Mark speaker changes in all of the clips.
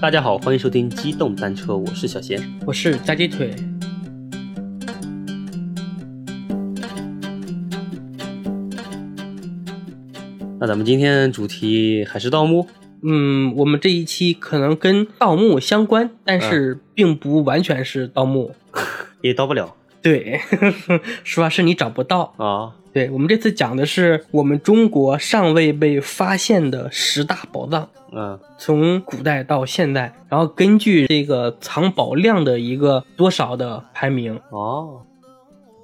Speaker 1: 大家好，欢迎收听《机动单车》，我是小贤。
Speaker 2: 我是炸鸡腿，
Speaker 1: 那咱们今天主题还是盗墓，
Speaker 2: 嗯，我们这一期可能跟盗墓相关，但
Speaker 1: 嗯
Speaker 2: 是并不完全是盗墓。
Speaker 1: 也盗不了
Speaker 2: 对， 实话是你找不到。
Speaker 1: 啊。
Speaker 2: 对我们这次讲的是我们中国尚未被发现的十大宝藏，
Speaker 1: 嗯
Speaker 2: 从古代到现代，然后根据这个藏宝量的一个多少的排名，
Speaker 1: 哦，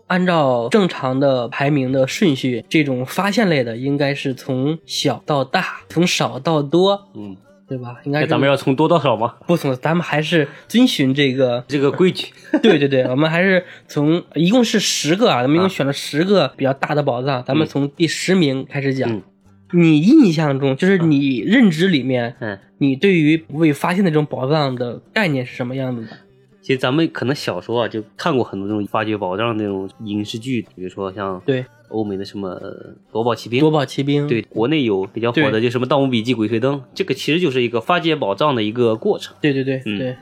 Speaker 2: 按照正常的排名的顺序，这种发现类的应该是从小到大，从少到多，
Speaker 1: 嗯，
Speaker 2: 对吧？应该
Speaker 1: 那
Speaker 2: 是
Speaker 1: 咱们要从多到少吗？
Speaker 2: 不从，咱们还是遵循这个，
Speaker 1: 这个规矩。
Speaker 2: 对对对，我们还是从一共是十个啊，咱们一
Speaker 1: 啊
Speaker 2: 共选了十个比较大的宝藏，咱们
Speaker 1: 嗯
Speaker 2: 从第十名开始讲。
Speaker 1: 嗯啊
Speaker 2: 你印象中，就是你认知里面，
Speaker 1: 嗯，
Speaker 2: 你对于未发现的这种宝藏的概念是什么样子的？
Speaker 1: 其实咱们可能小时候啊，就看过很多这种发掘宝藏的那种影视剧，比如说像
Speaker 2: 对，
Speaker 1: 欧美的什么呃夺宝奇兵
Speaker 2: 夺。宝奇兵，
Speaker 1: 对，国内有比较火的，
Speaker 2: 对
Speaker 1: 就什么《盗墓笔记》《鬼吹灯》，这个其实就是一个发掘宝藏的一个过程。
Speaker 2: 对对对
Speaker 1: 嗯
Speaker 2: 对，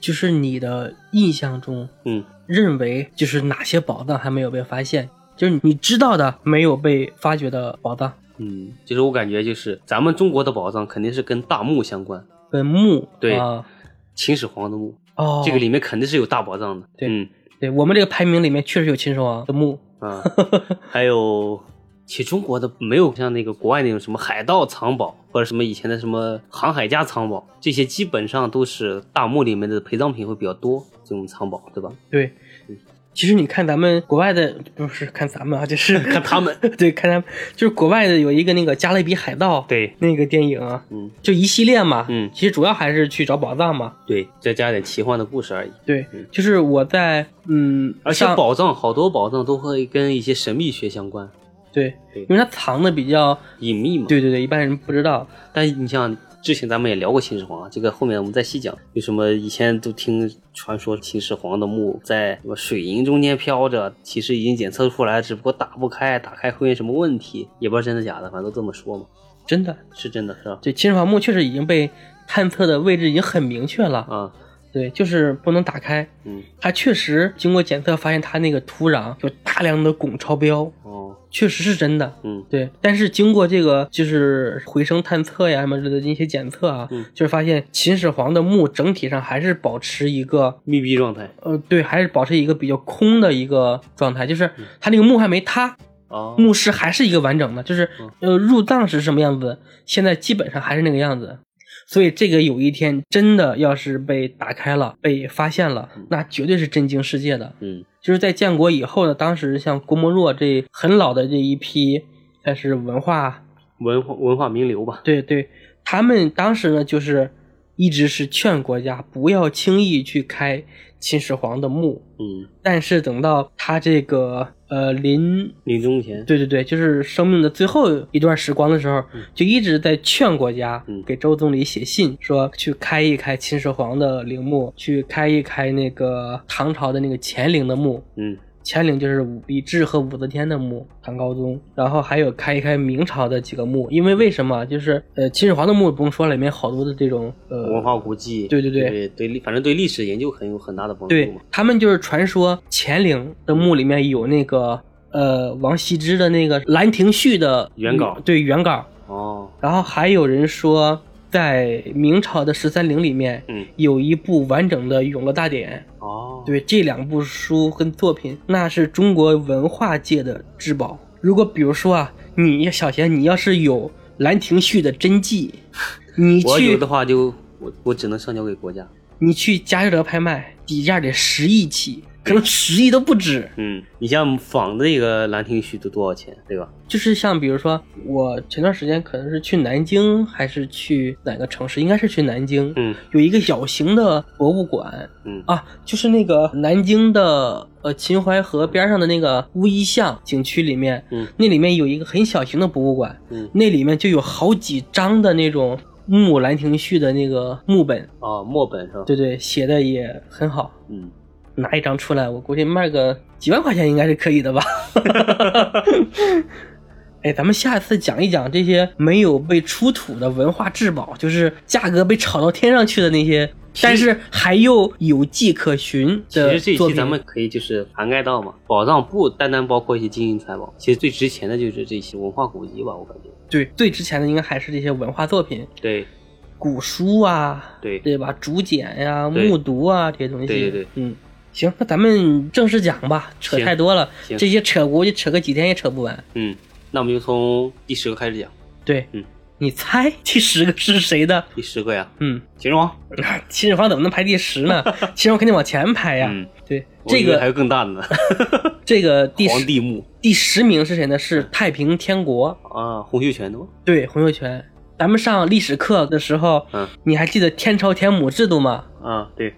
Speaker 2: 就是你的印象中
Speaker 1: 嗯
Speaker 2: 认为，就是哪些宝藏还没有被发现，就是你知道的没有被发掘的宝藏，
Speaker 1: 嗯，其实我感觉就是咱们中国的宝藏肯定是跟大墓相关，
Speaker 2: 跟墓
Speaker 1: 对
Speaker 2: 啊，
Speaker 1: 秦始皇的墓，
Speaker 2: 哦，
Speaker 1: 这个里面肯定是有大宝藏的。
Speaker 2: 对
Speaker 1: 嗯
Speaker 2: 对我们这个排名里面确实有秦始皇的墓，
Speaker 1: 啊，还有，其实中国的没有像那个国外那种什么海盗藏宝或者什么以前的什么航海家藏宝，这些基本上都是大墓里面的陪葬品会比较多，这种藏宝，对吧？
Speaker 2: 对。其实你看咱们国外的，不是看咱们啊，就 是
Speaker 1: 看他 们，
Speaker 2: 对，看他们就是国外的有一个那个《加勒比海盗》
Speaker 1: 对
Speaker 2: 那个电影啊，
Speaker 1: 嗯，
Speaker 2: 就一系列嘛，
Speaker 1: 嗯
Speaker 2: 其实主要还是去找宝藏嘛，
Speaker 1: 对，再加点奇幻的故事而已。
Speaker 2: 对
Speaker 1: 嗯，
Speaker 2: 就是我在嗯，
Speaker 1: 而且
Speaker 2: 上
Speaker 1: 宝藏好多宝藏都会跟一些神秘学相关，
Speaker 2: 对，
Speaker 1: 对
Speaker 2: 因为它藏的比较，
Speaker 1: 隐秘嘛。
Speaker 2: 对对对，一般人不知道，
Speaker 1: 但你像之前咱们也聊过秦始皇，这个后面我们再细讲。有什么以前都听传说秦始皇的墓在什么水银中间飘着，其实已经检测出来，只不过打不开，打开会有什么问题，也不知道真的假的，反正都这么说嘛，
Speaker 2: 真的，
Speaker 1: 是真的是吧？
Speaker 2: 对，秦始皇墓确实已经被探测的位置已经很明确了，
Speaker 1: 啊，
Speaker 2: 对，就是不能打开。
Speaker 1: 嗯，
Speaker 2: 它确实经过检测发现，它那个土壤有大量的汞超标，
Speaker 1: 哦，
Speaker 2: 确实是真的。
Speaker 1: 嗯
Speaker 2: 对，但是经过这个就是回声探测呀什么之类的一些检测啊，
Speaker 1: 嗯
Speaker 2: 就是发现秦始皇的墓整体上还是保持一个
Speaker 1: 密闭状态，
Speaker 2: 呃，对，还是保持一个比较空的一个状态，就是它那个墓还没塌，
Speaker 1: 嗯哦，
Speaker 2: 墓室还是一个完整的，就是
Speaker 1: 嗯
Speaker 2: 呃入葬时什么样子，现在基本上还是那个样子。所以这个有一天真的要是被打开了、被发现了，那绝对是震惊世界的。
Speaker 1: 嗯
Speaker 2: 就是在建国以后呢，当时像郭沫若这很老的这一批，算是文化
Speaker 1: 文化文化名流吧，
Speaker 2: 对对，他们当时呢就是一直是劝国家不要轻易去开秦始皇的墓，
Speaker 1: 嗯，
Speaker 2: 但是等到他这个呃临
Speaker 1: 临终前，
Speaker 2: 对对对，就是生命的最后一段时光的时候，就一直在劝国家
Speaker 1: 嗯
Speaker 2: 给周总理写信，说去开一开秦始皇的陵墓，去开一开那个唐朝的那个乾陵的墓。
Speaker 1: 嗯
Speaker 2: 乾陵就是武帝志和武则天的墓，唐高宗，然后还有开一开明朝的几个墓，因为为什么？就是呃，秦始皇的墓不用说了，里面好多的这种
Speaker 1: 文
Speaker 2: 呃，
Speaker 1: 化古迹，
Speaker 2: 对对对
Speaker 1: 对对历，反正对历史研究很有很大的帮助
Speaker 2: 对
Speaker 1: 嘛，
Speaker 2: 他们就是传说乾陵的墓里面有那个呃王羲之的那个《兰亭序》的嗯
Speaker 1: 原稿
Speaker 2: 对原稿，
Speaker 1: 哦，
Speaker 2: 然后还有人说，在明朝的十三陵里面
Speaker 1: 嗯，
Speaker 2: 有一部完整的《永乐大典》。
Speaker 1: 哦，，
Speaker 2: 对这两部书跟作品，那是中国文化界的至宝。如果比如说啊，你小贤，你要是有《兰亭序》的真迹，你
Speaker 1: 我有
Speaker 2: 去
Speaker 1: 的话就我我只能上交给国家，
Speaker 2: 你去佳士得拍卖，底价得十亿起，可能十亿都不止。
Speaker 1: 嗯，你像仿的那个《兰亭序》都多少钱，对吧？
Speaker 2: 就是像比如说，我前段时间可能是去南京，还是去哪个城市？应该是去南京，
Speaker 1: 嗯
Speaker 2: 有一个小型的博物馆，
Speaker 1: 嗯
Speaker 2: 啊，就是那个南京的呃秦淮河边上的那个乌衣巷景区里面，
Speaker 1: 嗯
Speaker 2: 那里面有一个很小型的博物馆，
Speaker 1: 嗯，
Speaker 2: 那里面就有好几张的那种木《兰亭序》的那个木本，
Speaker 1: 啊，墨本是吧？，
Speaker 2: 对对，写的也很好。
Speaker 1: 嗯，
Speaker 2: 拿一张出来，我估计卖个几万块钱应该是可以的吧。 哎，咱们下次讲一讲这些没有被出土的文化至宝，就是价格被炒到天上去的那些，但是还又有迹可循
Speaker 1: 其
Speaker 2: 的
Speaker 1: 实这一
Speaker 2: 作
Speaker 1: 期
Speaker 2: 品。
Speaker 1: 咱们可以就是涵盖到嘛，宝藏不单单包括一些金银财宝，其实最值钱的就是这些文化古迹吧，我感觉。
Speaker 2: 对最值钱的应该还是这些文化作品，
Speaker 1: 对
Speaker 2: 古书啊，
Speaker 1: 对
Speaker 2: 对吧？竹简呀、
Speaker 1: 对
Speaker 2: 木牍啊这些东西。
Speaker 1: 对对对，
Speaker 2: 嗯。行，那咱们正式讲吧，扯
Speaker 1: 行
Speaker 2: 太多了，
Speaker 1: 行
Speaker 2: 这些扯估计扯个几天也扯不完。
Speaker 1: 嗯，那我们就从第十个开始讲，
Speaker 2: 对，
Speaker 1: 嗯
Speaker 2: 你猜 第十个是谁的？
Speaker 1: 第十个呀，
Speaker 2: 嗯，
Speaker 1: 秦始皇。
Speaker 2: 那秦始皇怎么能排第 十呢？秦始皇肯定往前排呀。
Speaker 1: 嗯
Speaker 2: 对，
Speaker 1: 我
Speaker 2: 这
Speaker 1: 以为还
Speaker 2: 个
Speaker 1: 有更大的呢，
Speaker 2: 这个 第
Speaker 1: 皇
Speaker 2: 十
Speaker 1: 帝墓
Speaker 2: 第十名是谁呢？是太平天国，
Speaker 1: 啊，洪秀全的吗？
Speaker 2: 对，洪秀全。咱们上历史课的时候，
Speaker 1: 嗯
Speaker 2: 你还记得天朝田亩制度吗？
Speaker 1: 啊，对，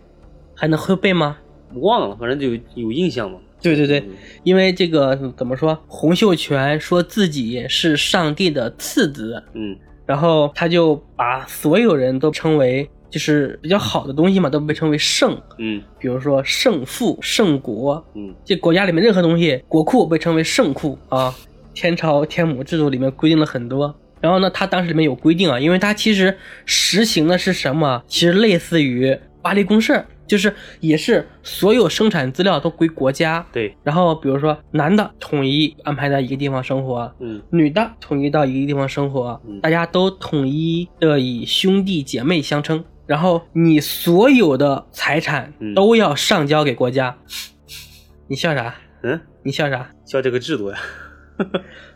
Speaker 2: 还能会背吗？
Speaker 1: 我忘了，反正就有有印象嘛。
Speaker 2: 对对对
Speaker 1: 嗯，
Speaker 2: 因为这个怎么说，洪秀全说自己是上帝的次子，
Speaker 1: 嗯，
Speaker 2: 然后他就把所有人都称为就是比较好的东西嘛，都被称为圣，
Speaker 1: 嗯
Speaker 2: 比如说圣父、圣国，
Speaker 1: 嗯
Speaker 2: 这国家里面任何东西，国库被称为圣库啊。天朝天母制度里面规定了很多。然后呢，它当时里面有规定啊，因为它其实实行的是什么？啊其实类似于巴黎公社，就是也是所有生产资料都归国家。
Speaker 1: 对，
Speaker 2: 然后比如说男的统一安排在一个地方生活，
Speaker 1: 嗯
Speaker 2: 女的统一到一个地方生活
Speaker 1: 嗯，
Speaker 2: 大家都统一的以兄弟姐妹相称。然后你所有的财产
Speaker 1: 嗯
Speaker 2: 都要上交给国家。你笑啥？
Speaker 1: 嗯，
Speaker 2: 你笑啥？
Speaker 1: 叫这个制度呀，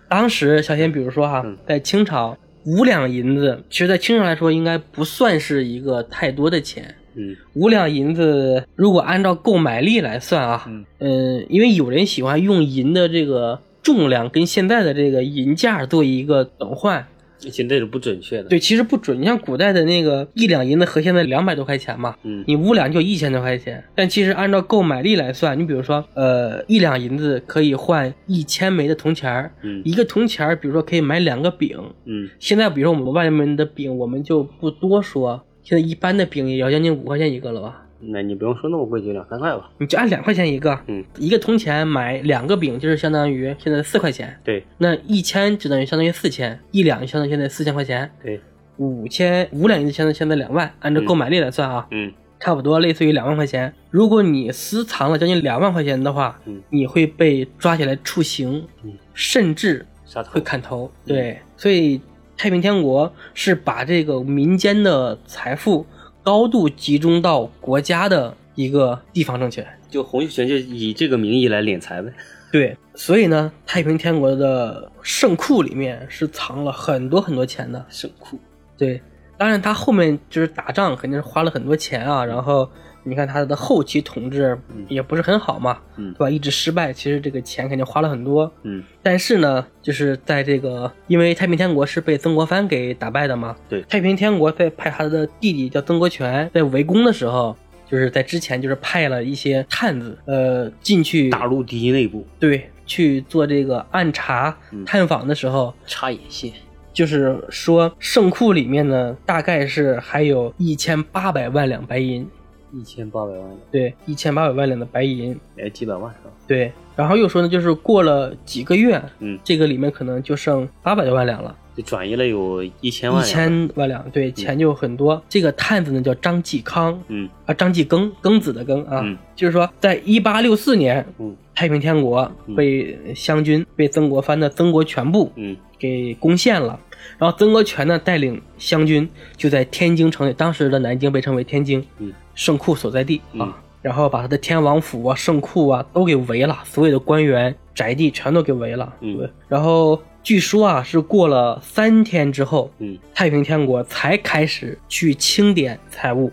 Speaker 2: 当时小仙，比如说哈、
Speaker 1: 嗯
Speaker 2: 在清朝五两银子，其实，在清朝来说，应该不算是一个太多的钱。
Speaker 1: 嗯
Speaker 2: 五两银子，如果按照购买力来算啊，
Speaker 1: 嗯
Speaker 2: 嗯，因为有人喜欢用银的这个重量跟现在的这个银价做一个等换，
Speaker 1: 现在是不准确的。，
Speaker 2: 对，其实不准。你像古代的那个一两银子和现在两百多块钱嘛，
Speaker 1: 嗯
Speaker 2: 你五两就一千多块钱。但其实按照购买力来算，你比如说，呃，一两银子可以换一千枚的铜钱儿，
Speaker 1: 嗯
Speaker 2: 一个铜钱儿，比如说可以买两个饼。
Speaker 1: 嗯
Speaker 2: 现在比如说我们外面的饼，我们就不多说，现在一般的饼也要将近五块钱一个了吧？
Speaker 1: 那你不用说那么贵，就两三块吧。
Speaker 2: 你就按两块钱一个，
Speaker 1: 嗯，
Speaker 2: 一个铜钱买两个饼，就是相当于现在四块钱。
Speaker 1: 对
Speaker 2: 那一千就等于相当于四千，一两就相当于现在四千块钱。
Speaker 1: 对，
Speaker 2: 五千五两银子相当于现在两万，按照购买力来算啊，
Speaker 1: 嗯
Speaker 2: 差不多类似于两万块钱。如果你私藏了将近两万块钱的话，
Speaker 1: 嗯
Speaker 2: 你会被抓起来处刑，
Speaker 1: 嗯
Speaker 2: 甚至
Speaker 1: 杀头
Speaker 2: 会砍头。对，所以太平天国是把这个民间的财富高度集中到国家的一个地方政权。
Speaker 1: 就洪秀全就以这个名义来敛财呗。
Speaker 2: 对，所以呢，太平天国的圣库里面是藏了很多很多钱的。
Speaker 1: 圣库，
Speaker 2: 对，当然他后面就是打仗，肯定是花了很多钱啊。然后你看他的后期统治也不是很好嘛，
Speaker 1: 嗯
Speaker 2: 对吧？一直失败，其实这个钱肯定花了很多。
Speaker 1: 嗯，
Speaker 2: 但是呢，就是在这个，因为太平天国是被曾国藩给打败的嘛。
Speaker 1: 对
Speaker 2: 太平天国在派他的弟弟叫曾国荃在围攻的时候，就是在之前就是派了一些探子，呃，进去
Speaker 1: 大陆第一内部
Speaker 2: 对，去做这个暗查
Speaker 1: 嗯
Speaker 2: 探访的时候，
Speaker 1: 插眼线，
Speaker 2: 就是说圣库里面呢，大概是还有一千八百万两白银，
Speaker 1: 一千八百万，
Speaker 2: 对，一千八百万两的白银，
Speaker 1: 哎，几百万是吧？
Speaker 2: 对。然后又说呢，就是过了几个月，
Speaker 1: 嗯
Speaker 2: 这个里面可能就剩八百多万两了，
Speaker 1: 就转移了有一千
Speaker 2: 一
Speaker 1: 万，，
Speaker 2: 千万两，对，钱就很多。这个探子呢叫张继康
Speaker 1: 嗯
Speaker 2: 啊，张继庚，庚子的庚啊，
Speaker 1: 嗯
Speaker 2: 就是说在一八六四年，
Speaker 1: 嗯
Speaker 2: 太平天国
Speaker 1: 嗯
Speaker 2: 被湘军被曾国藩的曾国荃部
Speaker 1: 嗯
Speaker 2: 给攻陷了。然后曾国荃呢带领湘军就在天津城里，当时的南京被称为天津，
Speaker 1: 嗯，
Speaker 2: 圣库所在地啊。
Speaker 1: 嗯
Speaker 2: 然后把他的天王府啊、圣库啊都给围了，所有的官员、宅地全都给围了。
Speaker 1: 嗯
Speaker 2: 对，然后据说啊，是过了三天之后，
Speaker 1: 嗯，
Speaker 2: 太平天国才开始去清点财物。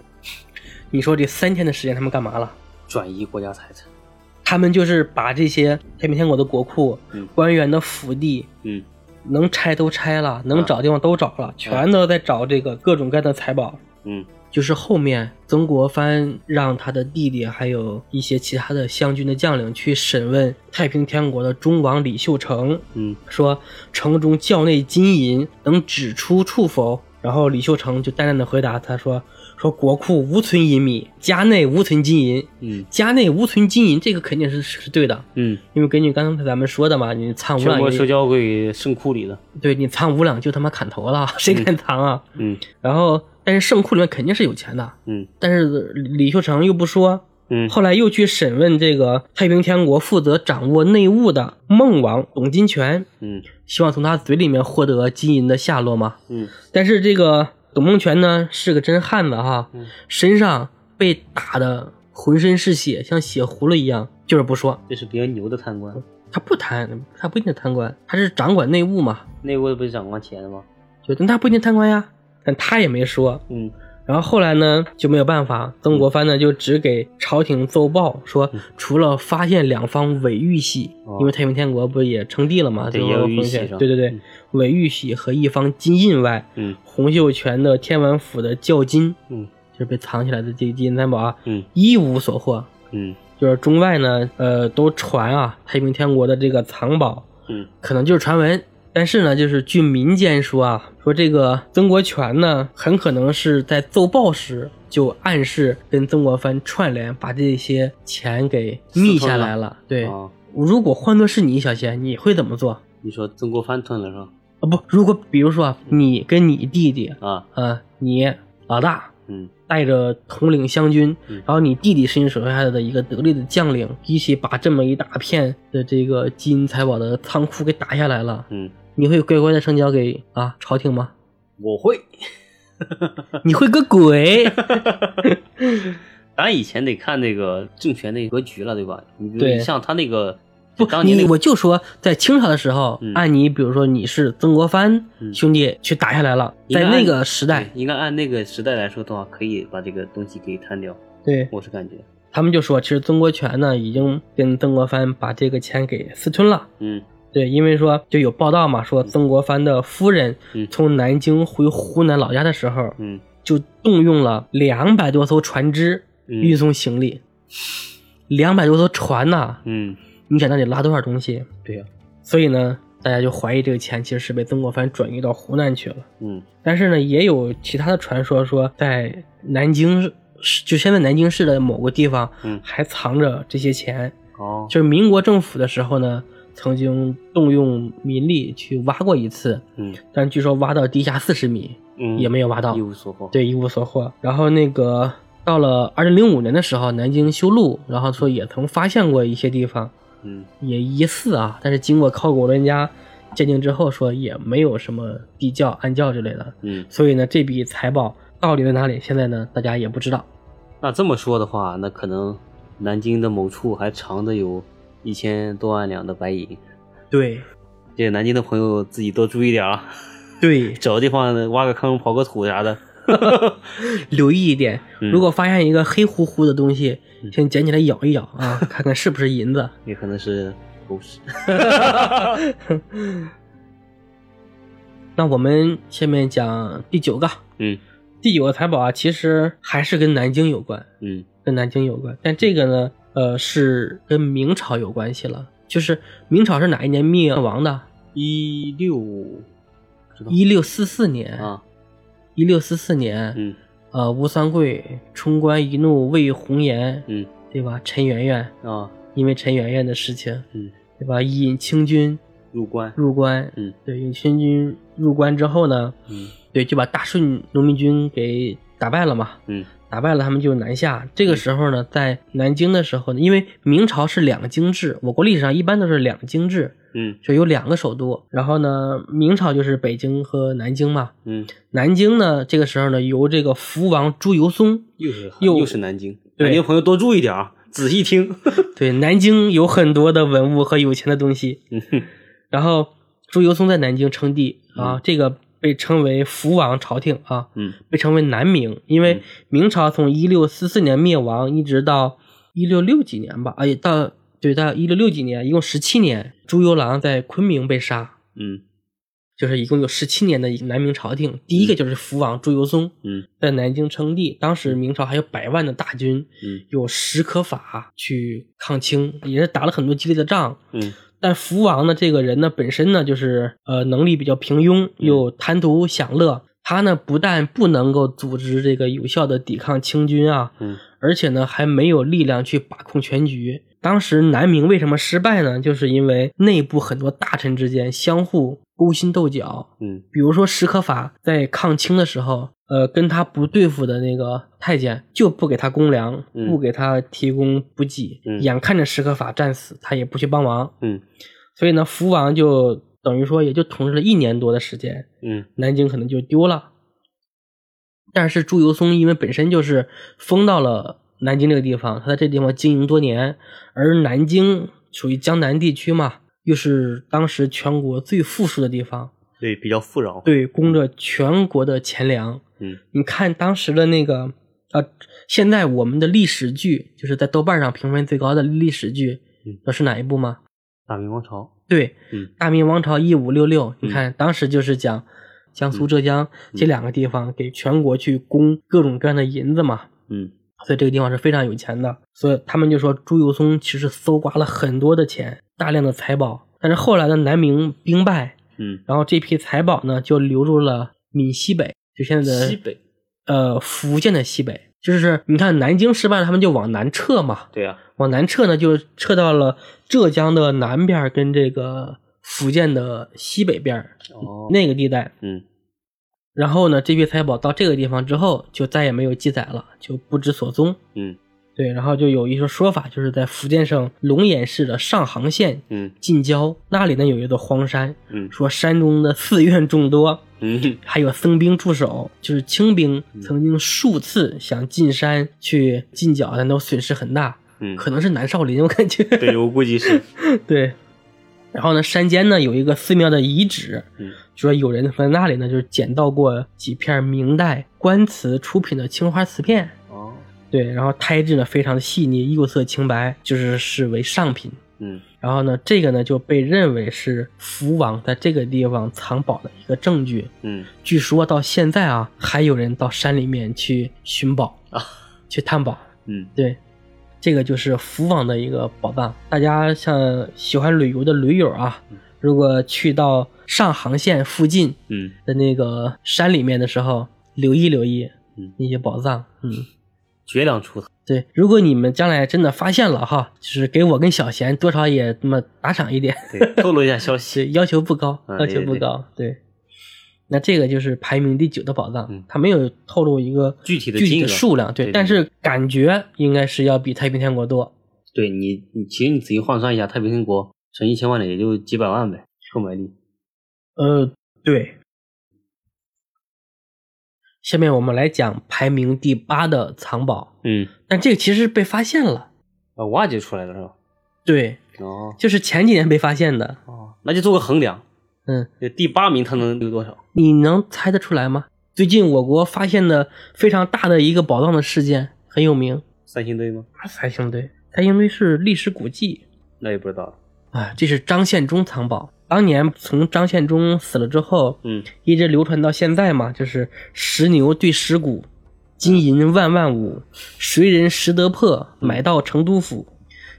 Speaker 2: 你说这三天的时间，他们干嘛了？
Speaker 1: 转移国家财产，
Speaker 2: 他们就是把这些太平天国的国库、
Speaker 1: 嗯
Speaker 2: 官员的府地、
Speaker 1: 嗯
Speaker 2: 能拆都拆了，
Speaker 1: 啊
Speaker 2: 能找地方都找了，全都在找这个各种各样的财宝。
Speaker 1: 嗯
Speaker 2: 就是后面曾国藩让他的弟弟还有一些其他的湘军的将领去审问太平天国的忠王李秀成，
Speaker 1: 嗯
Speaker 2: 说城中窖内金银能指出处否？然后李秀成就淡淡的回答他说：“说国库无存银米，家内无存金银。
Speaker 1: 嗯
Speaker 2: 家内无存金银，这个肯定是是对的，
Speaker 1: 嗯，
Speaker 2: 因为根据刚才咱们说的嘛，你藏五
Speaker 1: 全
Speaker 2: 两
Speaker 1: 国
Speaker 2: 银
Speaker 1: 收，交给圣库里了。
Speaker 2: 对你藏五两就他妈砍头了， 谁敢藏啊？
Speaker 1: 嗯
Speaker 2: 然后，但是圣库里面肯定是有钱的，
Speaker 1: 嗯
Speaker 2: 但是李李秀成又不说，
Speaker 1: 嗯
Speaker 2: 后来又去审问这个太平天国负责掌握内务的孟王董金泉，
Speaker 1: 嗯
Speaker 2: 希望从他嘴里面获得金银的下落嘛。
Speaker 1: 嗯
Speaker 2: 但是这个董孟泉呢是个真汉子哈，
Speaker 1: 嗯
Speaker 2: 身上被打的浑身是血，像血葫芦一样，就是不说，
Speaker 1: 这是比较牛的贪官。
Speaker 2: 他不贪，他不一定贪官，他是掌管内务嘛，
Speaker 1: 内务不是掌管钱的吗？
Speaker 2: 就但他不一定贪官呀，但他也没说，
Speaker 1: 嗯
Speaker 2: 然后后来呢就没有办法，曾国藩呢就只给朝廷奏报说，除了发现两方伪玉玺，
Speaker 1: 嗯哦
Speaker 2: 因为太平天国不是也称帝了嘛，
Speaker 1: 对
Speaker 2: 最后
Speaker 1: 也有玉
Speaker 2: 洪
Speaker 1: 玺
Speaker 2: 宪
Speaker 1: 是吧
Speaker 2: 对对对
Speaker 1: 嗯，
Speaker 2: 伪玉玺和一方金印外，
Speaker 1: 嗯
Speaker 2: 洪秀全的天完府的教金
Speaker 1: 嗯
Speaker 2: 就是被藏起来的这个金银三宝啊，
Speaker 1: 嗯
Speaker 2: 一无所获。
Speaker 1: 嗯
Speaker 2: 就是中外呢，呃，都传啊，太平天国的这个藏宝
Speaker 1: 嗯
Speaker 2: 可能就是传闻，但是呢，就是据民间说啊，说这个曾国荃呢，很可能是在奏报时就暗示跟曾国藩串联，把这些钱给密下来了。对，
Speaker 1: 啊，
Speaker 2: 如果换作是你，小贤，你会怎么做？
Speaker 1: 你说曾国藩吞了是吧？
Speaker 2: 啊，不，如果比如说啊你跟你弟弟，
Speaker 1: 啊
Speaker 2: 啊，你老大，
Speaker 1: 嗯
Speaker 2: 带着统领湘军，
Speaker 1: 嗯
Speaker 2: 然后你弟弟是你手下的一个得力的将领，一起把这么一大片的这个金银财宝的仓库给打下来了，
Speaker 1: 嗯，
Speaker 2: 你会乖乖的上交给啊朝廷吗？
Speaker 1: 我会。
Speaker 2: 你会个鬼！
Speaker 1: 咱以前得看那个政权那格局了，对吧？你比如
Speaker 2: 对
Speaker 1: 你像他那个，
Speaker 2: 不
Speaker 1: 就，当年
Speaker 2: 你
Speaker 1: 那个
Speaker 2: 我就说，在清朝的时候，
Speaker 1: 嗯
Speaker 2: 按你比如说你是曾国藩
Speaker 1: 嗯
Speaker 2: 兄弟去打下来了，
Speaker 1: 应
Speaker 2: 在
Speaker 1: 该
Speaker 2: 那
Speaker 1: 按
Speaker 2: 个时代，
Speaker 1: 对应该按那个时代来说的话，可以把这个东西给摊掉。
Speaker 2: 对
Speaker 1: 我是感觉，
Speaker 2: 他们就说，其实曾国荃呢已经跟曾国藩把这个钱给私吞了。
Speaker 1: 嗯
Speaker 2: 对，因为说就有报道嘛，说曾国藩的夫人
Speaker 1: 嗯
Speaker 2: 从南京回湖南老家的时候，
Speaker 1: 嗯
Speaker 2: 就动用了两百多艘船只
Speaker 1: 嗯
Speaker 2: 运送行李，两百多艘船呐、
Speaker 1: 嗯，
Speaker 2: 你想那得拉多少东西？
Speaker 1: 对呀、
Speaker 2: 所以呢，大家就怀疑这个钱其实是被曾国藩转移到湖南去了。
Speaker 1: 嗯
Speaker 2: 但是呢，也有其他的传说说，在南京市，就现在南京市的某个地方，
Speaker 1: 嗯
Speaker 2: 还藏着这些钱。
Speaker 1: 哦，
Speaker 2: 就是民国政府的时候呢，曾经动用民力去挖过一次，
Speaker 1: 嗯
Speaker 2: 但据说挖到地下四十米
Speaker 1: 嗯，
Speaker 2: 也没有挖到，
Speaker 1: 一无所获。，
Speaker 2: 对，一无所获。然后那个到了二零零五年的时候，南京修路，然后说也曾发现过一些地方，
Speaker 1: 嗯
Speaker 2: 也疑似啊，但是经过考古专家鉴定之后，说也没有什么地窖、暗窖之类的。
Speaker 1: 嗯，
Speaker 2: 所以呢，这笔财宝到底在哪里？现在呢，大家也不知道。
Speaker 1: 那这么说的话，那可能南京的某处还藏着有一千多万两的白银。
Speaker 2: 对，
Speaker 1: 这个南京的朋友自己多注意点啊，
Speaker 2: 对，
Speaker 1: 找个地方挖个坑、刨个土啥的。
Speaker 2: 留意一点，
Speaker 1: 嗯
Speaker 2: 如果发现一个黑乎乎的东西，先捡起来咬一咬啊，看看是不是银子。
Speaker 1: 也可能是狗屎。
Speaker 2: 那我们下面讲第九个，
Speaker 1: 嗯
Speaker 2: 第九个财宝啊，其实还是跟南京有关，
Speaker 1: 嗯
Speaker 2: 跟南京有关，但这个呢，呃，是跟明朝有关系了。就是明朝是哪一年灭亡的？，
Speaker 1: 一六，不知道
Speaker 2: 一六四四年，
Speaker 1: 啊，
Speaker 2: 一六四四年，
Speaker 1: 嗯
Speaker 2: 呃，吴三桂冲冠一怒为红颜，
Speaker 1: 嗯
Speaker 2: 对吧？陈圆圆，
Speaker 1: 啊
Speaker 2: 因为陈圆圆的事情，
Speaker 1: 嗯，
Speaker 2: 对吧？引清军
Speaker 1: 入关，
Speaker 2: 入关，
Speaker 1: 嗯
Speaker 2: 对，引清军入关之后呢，
Speaker 1: 嗯
Speaker 2: 对，就把大顺农民军给打败了嘛。
Speaker 1: 嗯
Speaker 2: 打败了他们就南下。这个时候呢，在南京的时候呢，因为明朝是两京制，我国历史上一般都是两京制，
Speaker 1: 嗯
Speaker 2: 就有两个首都。然后呢，明朝就是北京和南京嘛。
Speaker 1: 嗯，
Speaker 2: 南京呢，这个时候呢，由这个福王朱由崧，
Speaker 1: 又是
Speaker 2: 又
Speaker 1: 又是南京，
Speaker 2: 对
Speaker 1: 南京朋友多注意点啊，仔细听。
Speaker 2: 对，南京有很多的文物和有钱的东西。
Speaker 1: 嗯哼
Speaker 2: 然后朱由崧在南京称帝啊，这个被称为福王朝廷啊，
Speaker 1: 嗯
Speaker 2: 被称为南明，因为明朝从一六四四年灭亡一直到一六六几年吧，哎，到对到一六六几年，一共十七年，朱由榔在昆明被杀，
Speaker 1: 嗯
Speaker 2: 就是一共有十七年的南明朝廷。第一个就是福王朱由崧
Speaker 1: 嗯
Speaker 2: 在南京称帝，当时明朝还有百万的大军，
Speaker 1: 嗯
Speaker 2: 有史可法去抗清，也是打了很多激烈的仗。
Speaker 1: 嗯
Speaker 2: 但
Speaker 1: 嗯
Speaker 2: 福王呢，这个人呢，本身呢就是呃能力比较平庸，又贪图享乐，他呢不但不能够组织这个有效的抵抗清军啊，
Speaker 1: 嗯
Speaker 2: 而且呢还没有力量去把控全局。当时南明为什么失败呢？就是因为内部很多大臣之间相互勾心斗角，
Speaker 1: 嗯
Speaker 2: 比如说史可法在抗清的时候，呃，跟他不对付的那个太监就不给他公粮，
Speaker 1: 嗯
Speaker 2: 不给他提供补给，
Speaker 1: 嗯
Speaker 2: 眼看着史可法战死，他也不去帮忙，
Speaker 1: 嗯
Speaker 2: 所以呢，福王就等于说也就统治了一年多的时间，
Speaker 1: 嗯
Speaker 2: 南京可能就丢了。但是朱由崧因为本身就是封到了南京这个地方，他在这地方经营多年，而南京属于江南地区嘛，又是当时全国最富庶的地方，
Speaker 1: 对，比较富饶。
Speaker 2: 对，供着全国的钱粮。
Speaker 1: 嗯
Speaker 2: 你看当时的那个，呃，现在我们的历史剧，就是在豆瓣上评分最高的历史剧，
Speaker 1: 嗯
Speaker 2: 知道是哪一部吗？
Speaker 1: 大明王朝。
Speaker 2: 对，
Speaker 1: 嗯
Speaker 2: 大明王朝一五六六》。你
Speaker 1: 嗯
Speaker 2: 看当时就是讲江苏、浙江这两个地方给全国去供各种各样的银子嘛。
Speaker 1: 嗯
Speaker 2: 所以这个地方是非常有钱的，所以他们就说朱由崧其实搜刮了很多的钱，大量的财宝。但是后来呢，南明兵败，
Speaker 1: 嗯，
Speaker 2: 然后这批财宝呢就流入了闽西北，就现在的
Speaker 1: 西北。
Speaker 2: 呃福建的西北。就是你看南京失败了，他们就往南撤嘛，
Speaker 1: 对啊，
Speaker 2: 往南撤呢就撤到了浙江的南边儿跟这个福建的西北边儿
Speaker 1: 哦，
Speaker 2: 那个地带。
Speaker 1: 嗯
Speaker 2: 然后呢，这批财宝到这个地方之后就再也没有记载了，就不知所踪。
Speaker 1: 嗯
Speaker 2: 对，然后就有一个说法，就是在福建省龙岩市的上杭县
Speaker 1: 嗯
Speaker 2: 近郊那里呢有一座荒山，
Speaker 1: 嗯
Speaker 2: 说山中的寺院众多，
Speaker 1: 嗯
Speaker 2: 还有僧兵驻守，就是清兵曾经数次想进山去进剿，但都损失很大，
Speaker 1: 嗯，
Speaker 2: 可能是南少林，我感觉。
Speaker 1: 对，我估计 是。
Speaker 2: 对然后呢，山间呢有一个寺庙的遗址，
Speaker 1: 嗯
Speaker 2: 说有人在那里呢就是捡到过几片明代官祠出品的青花瓷片，
Speaker 1: 哦，
Speaker 2: 对，然后胎质呢非常的细腻，釉色清白，就是视为上品。
Speaker 1: 嗯
Speaker 2: 然后呢，这个呢就被认为是福王在这个地方藏宝的一个证据。
Speaker 1: 嗯
Speaker 2: 据说到现在啊，还有人到山里面去寻宝
Speaker 1: 啊，
Speaker 2: 去探宝。
Speaker 1: 嗯
Speaker 2: 对，这个就是福网的一个宝藏。大家像喜欢旅游的驴友啊，如果去到上杭县附近
Speaker 1: 嗯
Speaker 2: 的那个山里面的时候，留意留意
Speaker 1: 嗯，
Speaker 2: 那些宝藏。嗯，
Speaker 1: 绝粮 出的。
Speaker 2: 对，如果你们将来真的发现了哈，就是给我跟小贤多少也那么打赏一点。
Speaker 1: 对，透露一下消息。
Speaker 2: 对，要求不高，
Speaker 1: 嗯
Speaker 2: 要求不高，对那这个就是排名第九的宝藏，
Speaker 1: 嗯
Speaker 2: 它没有透露一个
Speaker 1: 具体的
Speaker 2: 具体
Speaker 1: 金额
Speaker 2: 的数量，对，
Speaker 1: 对对
Speaker 2: 但是感觉应该是要比太平天国多。
Speaker 1: 对你，你其实你仔细换算一下，太平天国省一千万的也就几百万呗，购买力。
Speaker 2: 呃，对。下面我们来讲排名第八的藏宝，
Speaker 1: 嗯，
Speaker 2: 但这个其实被发现了，
Speaker 1: 啊，挖掘出来了是吧？
Speaker 2: 对，
Speaker 1: 哦
Speaker 2: 就是前几年被发现的。
Speaker 1: 哦，那就做个衡量，
Speaker 2: 嗯，
Speaker 1: 这第八名它能有多少？
Speaker 2: 你能猜得出来吗？最近我国发现的非常大的一个宝藏的事件很有名，
Speaker 1: 三星堆吗？
Speaker 2: 三星堆，三星堆是历史古迹
Speaker 1: 那也不知道。
Speaker 2: 啊，这是张献忠藏宝。当年从张献忠死了之后，
Speaker 1: 嗯
Speaker 2: 一直流传到现在嘛，就是石牛对石鼓，金银万万五，谁人识得破，买到成都府。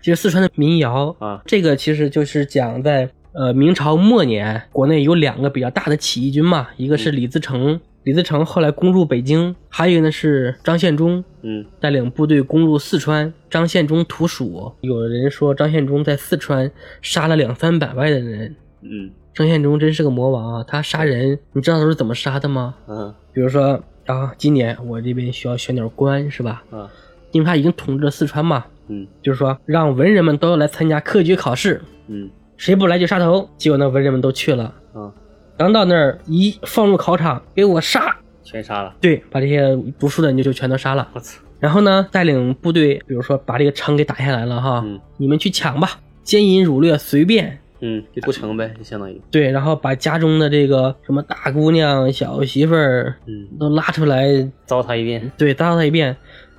Speaker 2: 这是四川的民谣
Speaker 1: 啊
Speaker 2: 这个其实就是讲在呃明朝末年，国内有两个比较大的起义军嘛，一个是李自成，李自成后来攻入北京，还有一个呢是张献忠，
Speaker 1: 嗯
Speaker 2: 带领部队攻入四川，张献忠屠蜀。有人说张献忠在四川杀了两三百万的人。
Speaker 1: 嗯
Speaker 2: 张献忠真是个魔王啊！他杀人，你知道他是怎么杀的吗？
Speaker 1: 嗯
Speaker 2: 比如说啊，今年我这边需要选点官，是吧？
Speaker 1: 啊
Speaker 2: 因为他已经统治了四川嘛，
Speaker 1: 嗯
Speaker 2: 就是说让文人们都要来参加科举考试，
Speaker 1: 嗯
Speaker 2: 谁不来就杀头。结果呢，文人们都去了，
Speaker 1: 啊，
Speaker 2: 刚到那儿一放入考场，给我杀！
Speaker 1: 全杀了。
Speaker 2: 对，把这些读书的你就就全都杀了。
Speaker 1: 我操！
Speaker 2: 然后呢，带领部队，比如说把这个城给打下来了哈，
Speaker 1: 嗯
Speaker 2: 你们去抢吧，奸淫掳掠随便。
Speaker 1: 嗯，就不成呗，就相当于。
Speaker 2: 对，然后把家中的这个什么大姑娘、小媳妇儿
Speaker 1: 嗯，
Speaker 2: 都拉出来，
Speaker 1: 糟蹋一遍。
Speaker 2: 对，糟蹋一遍。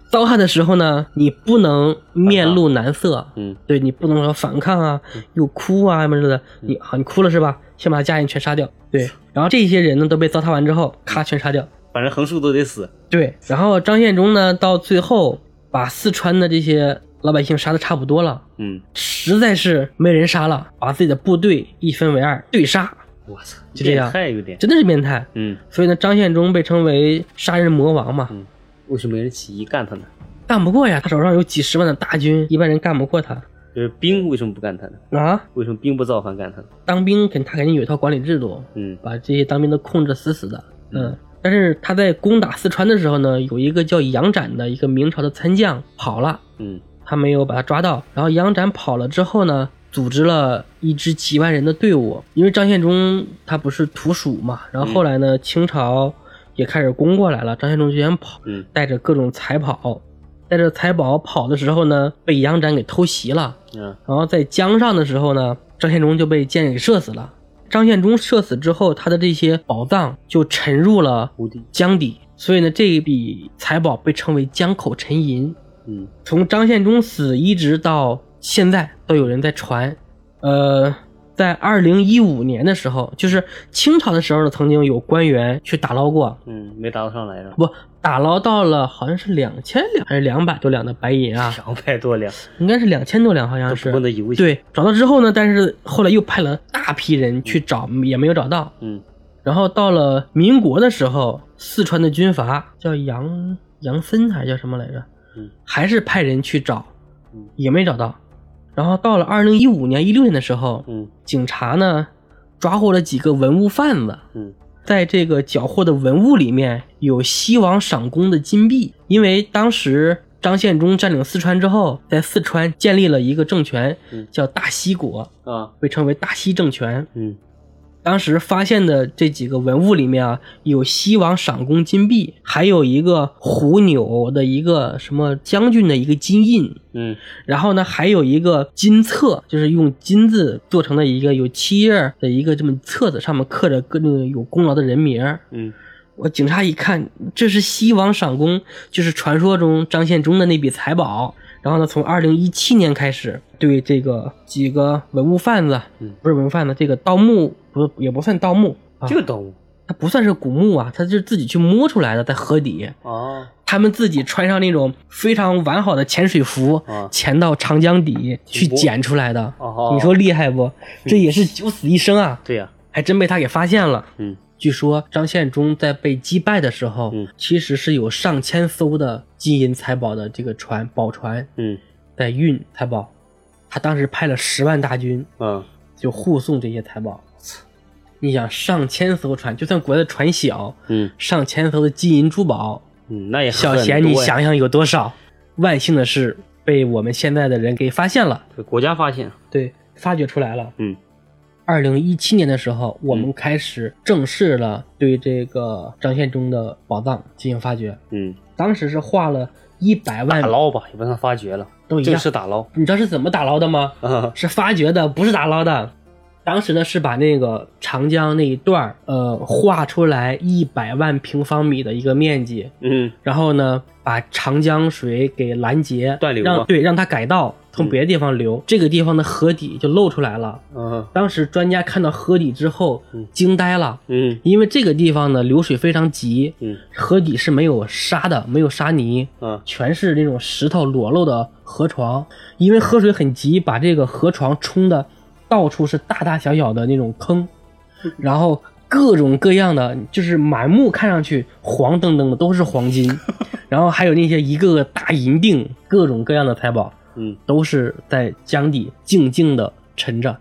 Speaker 2: 糟蹋的时候呢，你不能面露难色，
Speaker 1: 嗯
Speaker 2: 对你不能说反抗啊，又哭啊什么之类的。你好，你哭了是吧？先把家人全杀掉。对，然后这些人呢都被糟蹋完之后，咔全杀掉。
Speaker 1: 反正横竖都得死。
Speaker 2: 对，然后张献忠呢，到最后把四川的这些老百姓杀的差不多了，
Speaker 1: 嗯
Speaker 2: 实在是没人杀了，把自己的部队一分为二，对杀。
Speaker 1: 我操，
Speaker 2: 就这样
Speaker 1: 变态有点，
Speaker 2: 真的是变态。
Speaker 1: 嗯，
Speaker 2: 所以呢，张献忠被称为杀人魔王嘛，
Speaker 1: 为什么没人起义干他呢？
Speaker 2: 干不过呀，他手上有几十万的大军，一般人干不过他
Speaker 1: 就是兵为什么不干他呢？
Speaker 2: 啊。
Speaker 1: 为什么兵不造反干他呢？
Speaker 2: 当兵肯他肯定有一套管理制度，
Speaker 1: 嗯
Speaker 2: 把这些当兵的控制死死的。
Speaker 1: 嗯
Speaker 2: 嗯，但是他在攻打四川的时候呢，有一个叫杨展的一个明朝的参将跑了，
Speaker 1: 嗯
Speaker 2: 他没有把他抓到。然后杨展跑了之后呢，组织了一支几万人的队伍，因为张献忠他不是土属嘛，然后后来呢，清朝也开始攻过来了，张献忠就想跑，
Speaker 1: 嗯
Speaker 2: 带着各种财宝，带着财宝跑的时候呢，被杨展给偷袭了。
Speaker 1: 啊
Speaker 2: 然后在江上的时候呢，张献忠就被箭给射死了。张献忠射死之后，他的这些宝藏就沉入了
Speaker 1: 无敌，
Speaker 2: 江底，所以呢，这一笔财宝被称为江口沉银。
Speaker 1: 嗯
Speaker 2: 从张献忠死一直到现在，都有人在传。呃，在二零一五年的时候，就是清朝的时候呢，曾经有官员去打捞过，
Speaker 1: 嗯，没打到上来是吧？
Speaker 2: 不打捞到了好像是两千两还是两百多两的白银啊，
Speaker 1: 两百多两，
Speaker 2: 应该是两千多两，好
Speaker 1: 都
Speaker 2: 像
Speaker 1: 不
Speaker 2: 是。
Speaker 1: 够那一物钱。，
Speaker 2: 对，找到之后呢，但是后来又派了大批人去找，也没有找到。
Speaker 1: 嗯
Speaker 2: 然后到了民国的时候，四川的军阀叫杨杨森还是叫什么来着？
Speaker 1: 嗯
Speaker 2: 还是派人去找
Speaker 1: 嗯，
Speaker 2: 也没找到。然后到了二零一五年、一六年的时候，
Speaker 1: 嗯
Speaker 2: 警察呢抓获了几个文物贩子，
Speaker 1: 嗯
Speaker 2: 在这个缴获的文物里面有西王赏功的金币，因为当时张献忠占领四川之后，在四川建立了一个政权
Speaker 1: 嗯，
Speaker 2: 叫大西国，
Speaker 1: 啊
Speaker 2: 被称为大西政权。
Speaker 1: 嗯
Speaker 2: 当时发现的这几个文物里面啊，有西王赏功金币，还有一个虎钮的一个什么将军的一个金印，
Speaker 1: 嗯
Speaker 2: 然后呢，还有一个金册，就是用金子做成的一个有七页儿的一个这么册子，上面刻着各种有功劳的人名儿。
Speaker 1: 嗯
Speaker 2: 我警察一看，这是西王赏功，就是传说中张献忠的那笔财宝。然后呢，从二零一七年开始，对这个几个文物贩子，
Speaker 1: 嗯
Speaker 2: 不是文物贩子，这个盗墓不也不算盗墓啊，
Speaker 1: 这个动物
Speaker 2: 它不算是古墓啊，它是自己去摸出来的，在河底，
Speaker 1: 啊
Speaker 2: 他们自己穿上那种非常完好的潜水服，
Speaker 1: 啊
Speaker 2: 潜到长江底去
Speaker 1: 挺多
Speaker 2: 捡出来的。
Speaker 1: 哦，
Speaker 2: 你说厉害不？这也是九死一生啊，
Speaker 1: 对呀，
Speaker 2: 还真被他给发现了。
Speaker 1: 嗯
Speaker 2: 据说张献忠在被击败的时候，
Speaker 1: 嗯
Speaker 2: 其实是有上千艘的金银财宝的这个船宝船
Speaker 1: 嗯
Speaker 2: 在运财宝，他当时派了十万大军
Speaker 1: 啊
Speaker 2: 就护送这些财宝。你想上千艘船，就算国家的船小，
Speaker 1: 嗯
Speaker 2: 上千艘的金银珠宝，
Speaker 1: 嗯，那也
Speaker 2: 小
Speaker 1: 很
Speaker 2: 贤
Speaker 1: 多
Speaker 2: 你
Speaker 1: 呀
Speaker 2: 想想有多少？万幸的是被我们现在的人给发现了，
Speaker 1: 被国家发现，
Speaker 2: 对，发掘出来了。
Speaker 1: 嗯
Speaker 2: 二零一七年的时候，我们开始正式了对这个张献忠的宝藏进行发掘，
Speaker 1: 嗯，
Speaker 2: 当时是花了一百万
Speaker 1: 打，捞吧，也不算发掘了，
Speaker 2: 都一
Speaker 1: 正
Speaker 2: 样。
Speaker 1: 式打捞
Speaker 2: 你知道是怎么打捞的吗？
Speaker 1: 啊，
Speaker 2: 是发掘的，不是打捞的。当时呢是把那个长江那一段儿，呃，划出来一百万平方米的一个面积，
Speaker 1: 嗯
Speaker 2: 然后呢把长江水给拦截，
Speaker 1: 断流啊嗯嘛
Speaker 2: 让对让它改道从别的地方流，这个地方的河底就露出来了。
Speaker 1: 嗯
Speaker 2: 当时专家看到河底之后
Speaker 1: 嗯
Speaker 2: 惊呆了，
Speaker 1: 嗯
Speaker 2: 因为这个地方呢流水非常急，
Speaker 1: 嗯
Speaker 2: 河底是没有沙的，没有沙泥，
Speaker 1: 啊
Speaker 2: 全是那种石头裸露的河床。因为河水很急，把这个河床冲的到处是大大小小的那种坑，然后各种各样的，就是满目看上去黄澄澄的都是黄金，然后还有那些一个个大银锭，各种各样的财宝。
Speaker 1: 嗯
Speaker 2: 都是在江底静静的沉着。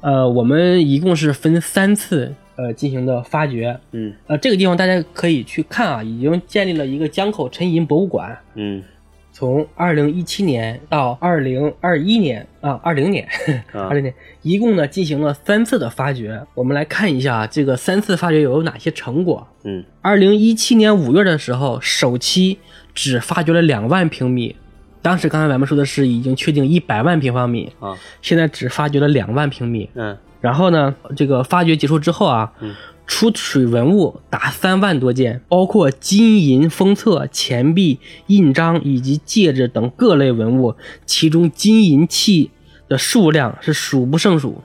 Speaker 2: 呃，我们一共是分三次呃进行的发掘。
Speaker 1: 嗯
Speaker 2: 呃，这个地方大家可以去看啊，已经建立了一个江口沉银博物馆。
Speaker 1: 嗯
Speaker 2: 从二零一七年到二零二一年啊，二零年，
Speaker 1: 啊
Speaker 2: 二零年，一共呢进行了三次的发掘。我们来看一下啊这个三次发掘有哪些成果。
Speaker 1: 嗯
Speaker 2: 二零一七年五月的时候，首期只发掘了两万平米，当时刚才咱们说的是已经确定一百万平方米，
Speaker 1: 啊
Speaker 2: 现在只发掘了两万平米。
Speaker 1: 嗯
Speaker 2: 然后呢，这个发掘结束之后啊，
Speaker 1: 嗯
Speaker 2: 出土文物达三万多件，包括金银封册、钱币、印章以及戒指等各类文物，其中金银器的数量是数不胜 数。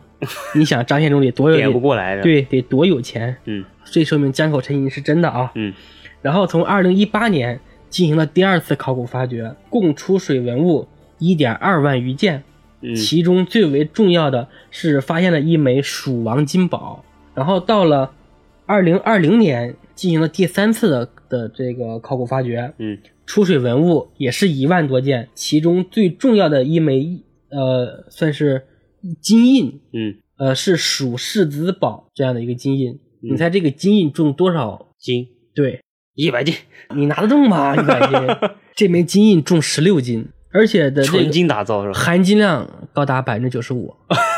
Speaker 2: 你想张献忠得多
Speaker 1: 点不
Speaker 2: 有
Speaker 1: 过来的，，
Speaker 2: 对得多有钱？
Speaker 1: 嗯
Speaker 2: 这说明江口沉银是真的啊。
Speaker 1: 嗯
Speaker 2: 然后从二零一八年进行了第二次考古发掘，共出水文物一点二万余件，
Speaker 1: 嗯
Speaker 2: 其中最为重要的是发现了一枚蜀王金宝，然后到了二零二零年进行了第三次的的这个考古发掘，
Speaker 1: 嗯
Speaker 2: 出水文物也是一万多件，其中最重要的一枚呃算是金印，
Speaker 1: 嗯，
Speaker 2: 呃是蜀世子宝这样的一个金印。
Speaker 1: 嗯
Speaker 2: 你猜这个金印重多少？
Speaker 1: 斤
Speaker 2: 对
Speaker 1: 一百斤，
Speaker 2: 你拿得动 吗？一百斤，这枚金印重十六斤，而且的这
Speaker 1: 纯
Speaker 2: 个
Speaker 1: 金打造是吧？
Speaker 2: 含金量高达百分之九十 五，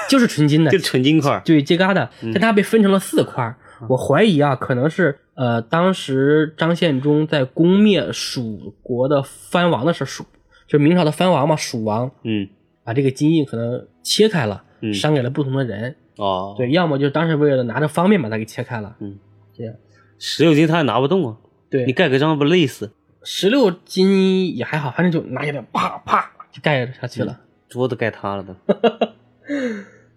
Speaker 2: 就是纯金的
Speaker 1: 就，嗯纯金块儿，
Speaker 2: 对，这疙瘩，但它被分成了四块儿。
Speaker 1: 嗯
Speaker 2: 我怀疑啊，可能是呃，当时张献忠在攻灭蜀国的藩王的时候，蜀就是明朝的藩王嘛，蜀王
Speaker 1: 嗯
Speaker 2: 把这个金印可能切开了，
Speaker 1: 嗯
Speaker 2: 赏给了不同的人。
Speaker 1: 哦，，
Speaker 2: 对，要么就是当时为了拿着方便把它给切开了。
Speaker 1: 嗯，
Speaker 2: 这样。
Speaker 1: 十六斤他也拿不动啊，你
Speaker 2: 对，
Speaker 1: 盖个章不累死？
Speaker 2: 十六斤也还好，反正就拿起来啪啪就盖下去了。
Speaker 1: 桌子盖塌了都，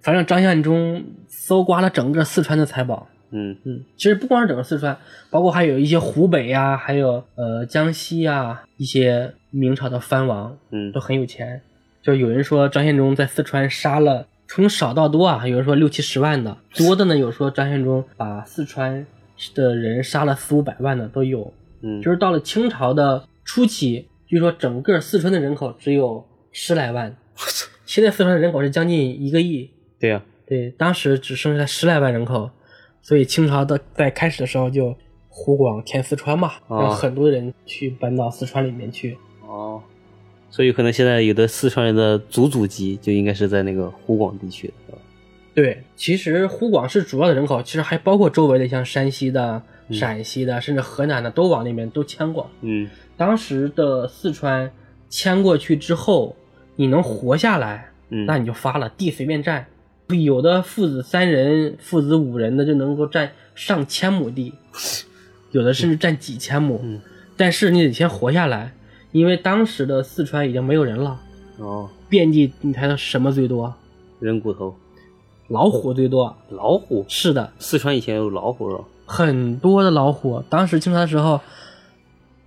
Speaker 2: 反正张献忠搜刮了整个四川的财宝。
Speaker 1: 嗯
Speaker 2: 嗯，其实不光是整个四川，包括还有一些湖北呀、还有呃江西呀、一些明朝的藩王
Speaker 1: 嗯
Speaker 2: 都很有钱。就有人说张献忠在四川杀了从少到多啊，有人说六七十万的，多的呢有说张献忠把四川的人杀了四五百万的都有。
Speaker 1: 嗯，
Speaker 2: 就是到了清朝的初期，据说整个四川的人口只有十来万，现在四川的人口是将近一个亿，
Speaker 1: 对呀，
Speaker 2: 对，当时只剩下十来万人口，所以清朝的在开始的时候就湖广填四川嘛，
Speaker 1: 哦
Speaker 2: 让很多人去搬到四川里面去。
Speaker 1: 哦，所以可能现在有的四川人的祖祖籍就应该是在那个湖广地区的，是吧
Speaker 2: 对，其实湖广是主要的人口，其实还包括周围的像山西的、
Speaker 1: 嗯
Speaker 2: 陕西的，甚至河南的都往那边都迁过。
Speaker 1: 嗯
Speaker 2: 当时的四川迁过去之后，你能活下来，
Speaker 1: 嗯，
Speaker 2: 那你就发了，地随便占。有的父子三人、父子五人的就能够占上千亩地，有的甚至占几千亩。
Speaker 1: 嗯
Speaker 2: 但是你得先活下来，因为当时的四川已经没有人了，
Speaker 1: 哦，
Speaker 2: 遍地你猜什么最多？
Speaker 1: 人骨头，
Speaker 2: 老虎最多。
Speaker 1: 老虎，
Speaker 2: 是的，
Speaker 1: 四川以前有老虎是吧？
Speaker 2: 很多的老虎。当时清朝的时候，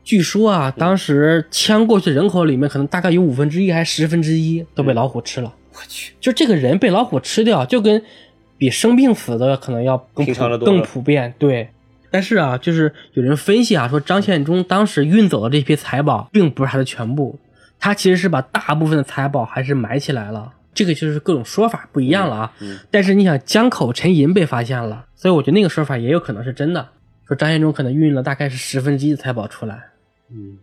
Speaker 2: 据说
Speaker 1: 嗯
Speaker 2: 啊，当时迁过去的人口里面，可能大概有五分之一还是十分之一都被老虎吃了。
Speaker 1: 嗯我去，
Speaker 2: 就这个人被老虎吃掉，就跟比生病死的可能要更
Speaker 1: 平常
Speaker 2: 普
Speaker 1: 的多了
Speaker 2: 更普遍。对，但是啊，就是有人分析啊，说张献忠当时运走的这批财宝并不是他的全部，他其实是把大部分的财宝还是埋起来了。这个就是各种说法不一样了啊。
Speaker 1: 嗯
Speaker 2: 但是你想，江口沉银被发现了，所以我觉得那个说法也有可能是真的，说张献忠可能运了大概是十分之一的财宝出来。
Speaker 1: 嗯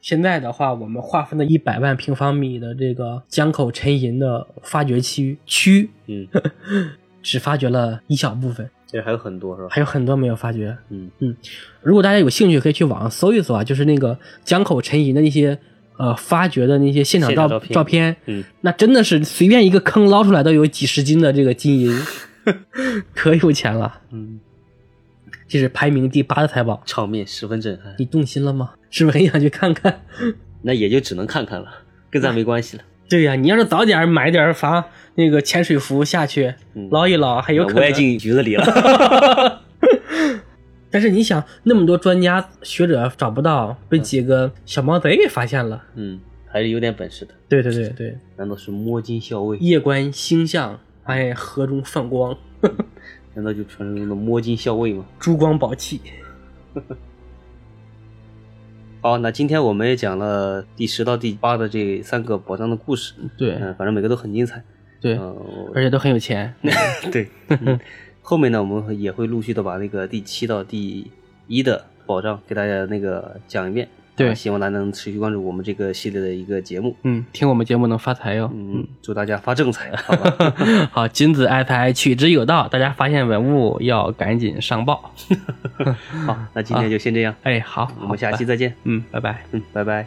Speaker 2: 现在的话，我们划分的一百万平方米的这个江口沉银的发掘区区，
Speaker 1: 嗯，
Speaker 2: 只发掘了一小部分，
Speaker 1: 其实还有很多是吧？
Speaker 2: 还有很多没有发掘。
Speaker 1: 嗯
Speaker 2: 如果大家有兴趣，可以去网上搜一搜啊，就是那个江口沉银的那些呃发掘的那些现场
Speaker 1: 现场
Speaker 2: 照
Speaker 1: 照片嗯，
Speaker 2: 那真的是随便一个坑捞出来都有几十斤的这个金银， 可有钱了。
Speaker 1: 嗯，
Speaker 2: 这是排名第八的财宝，
Speaker 1: 场面十分震撼，
Speaker 2: 你动心了吗？是不是很想去看看？
Speaker 1: 那也就只能看看了，跟咱没关系 了。
Speaker 2: 对呀、你要是早点买点防那个潜水服下去
Speaker 1: 嗯
Speaker 2: 捞一捞，还有可
Speaker 1: 我也
Speaker 2: 能。
Speaker 1: 进局子里 了。
Speaker 2: 但是你想，那么多专家学者找不到，被几个小毛贼给发现了。
Speaker 1: 嗯，还是有点本事的，
Speaker 2: 对对对对，
Speaker 1: 难道是摸金校尉？
Speaker 2: 夜观星象，发现河中放光，
Speaker 1: 难道就传说中的摸金校尉吗？
Speaker 2: 珠光宝气。
Speaker 1: 好，那今天我们也讲了第十到第八的这三个宝藏的故事，
Speaker 2: 对
Speaker 1: 嗯，反正每个都很精彩。
Speaker 2: 对，
Speaker 1: 嗯、我
Speaker 2: 而且都很有钱。
Speaker 1: 对，嗯， 后面呢，我们也会陆续的把那个第七到第一的保障给大家那个讲一遍。
Speaker 2: 对
Speaker 1: 啊希望大家能持续关注我们这个系列的一个节目。
Speaker 2: 嗯，听我们节目能发财哟。
Speaker 1: 嗯，祝大家发正财，好吧？
Speaker 2: 好，君子爱财，取之有道。大家发现文物要赶紧上报。
Speaker 1: 好，那今天就先这样，
Speaker 2: 哎，好，
Speaker 1: 我们下期再见。
Speaker 2: 嗯，拜拜。
Speaker 1: 嗯，拜拜。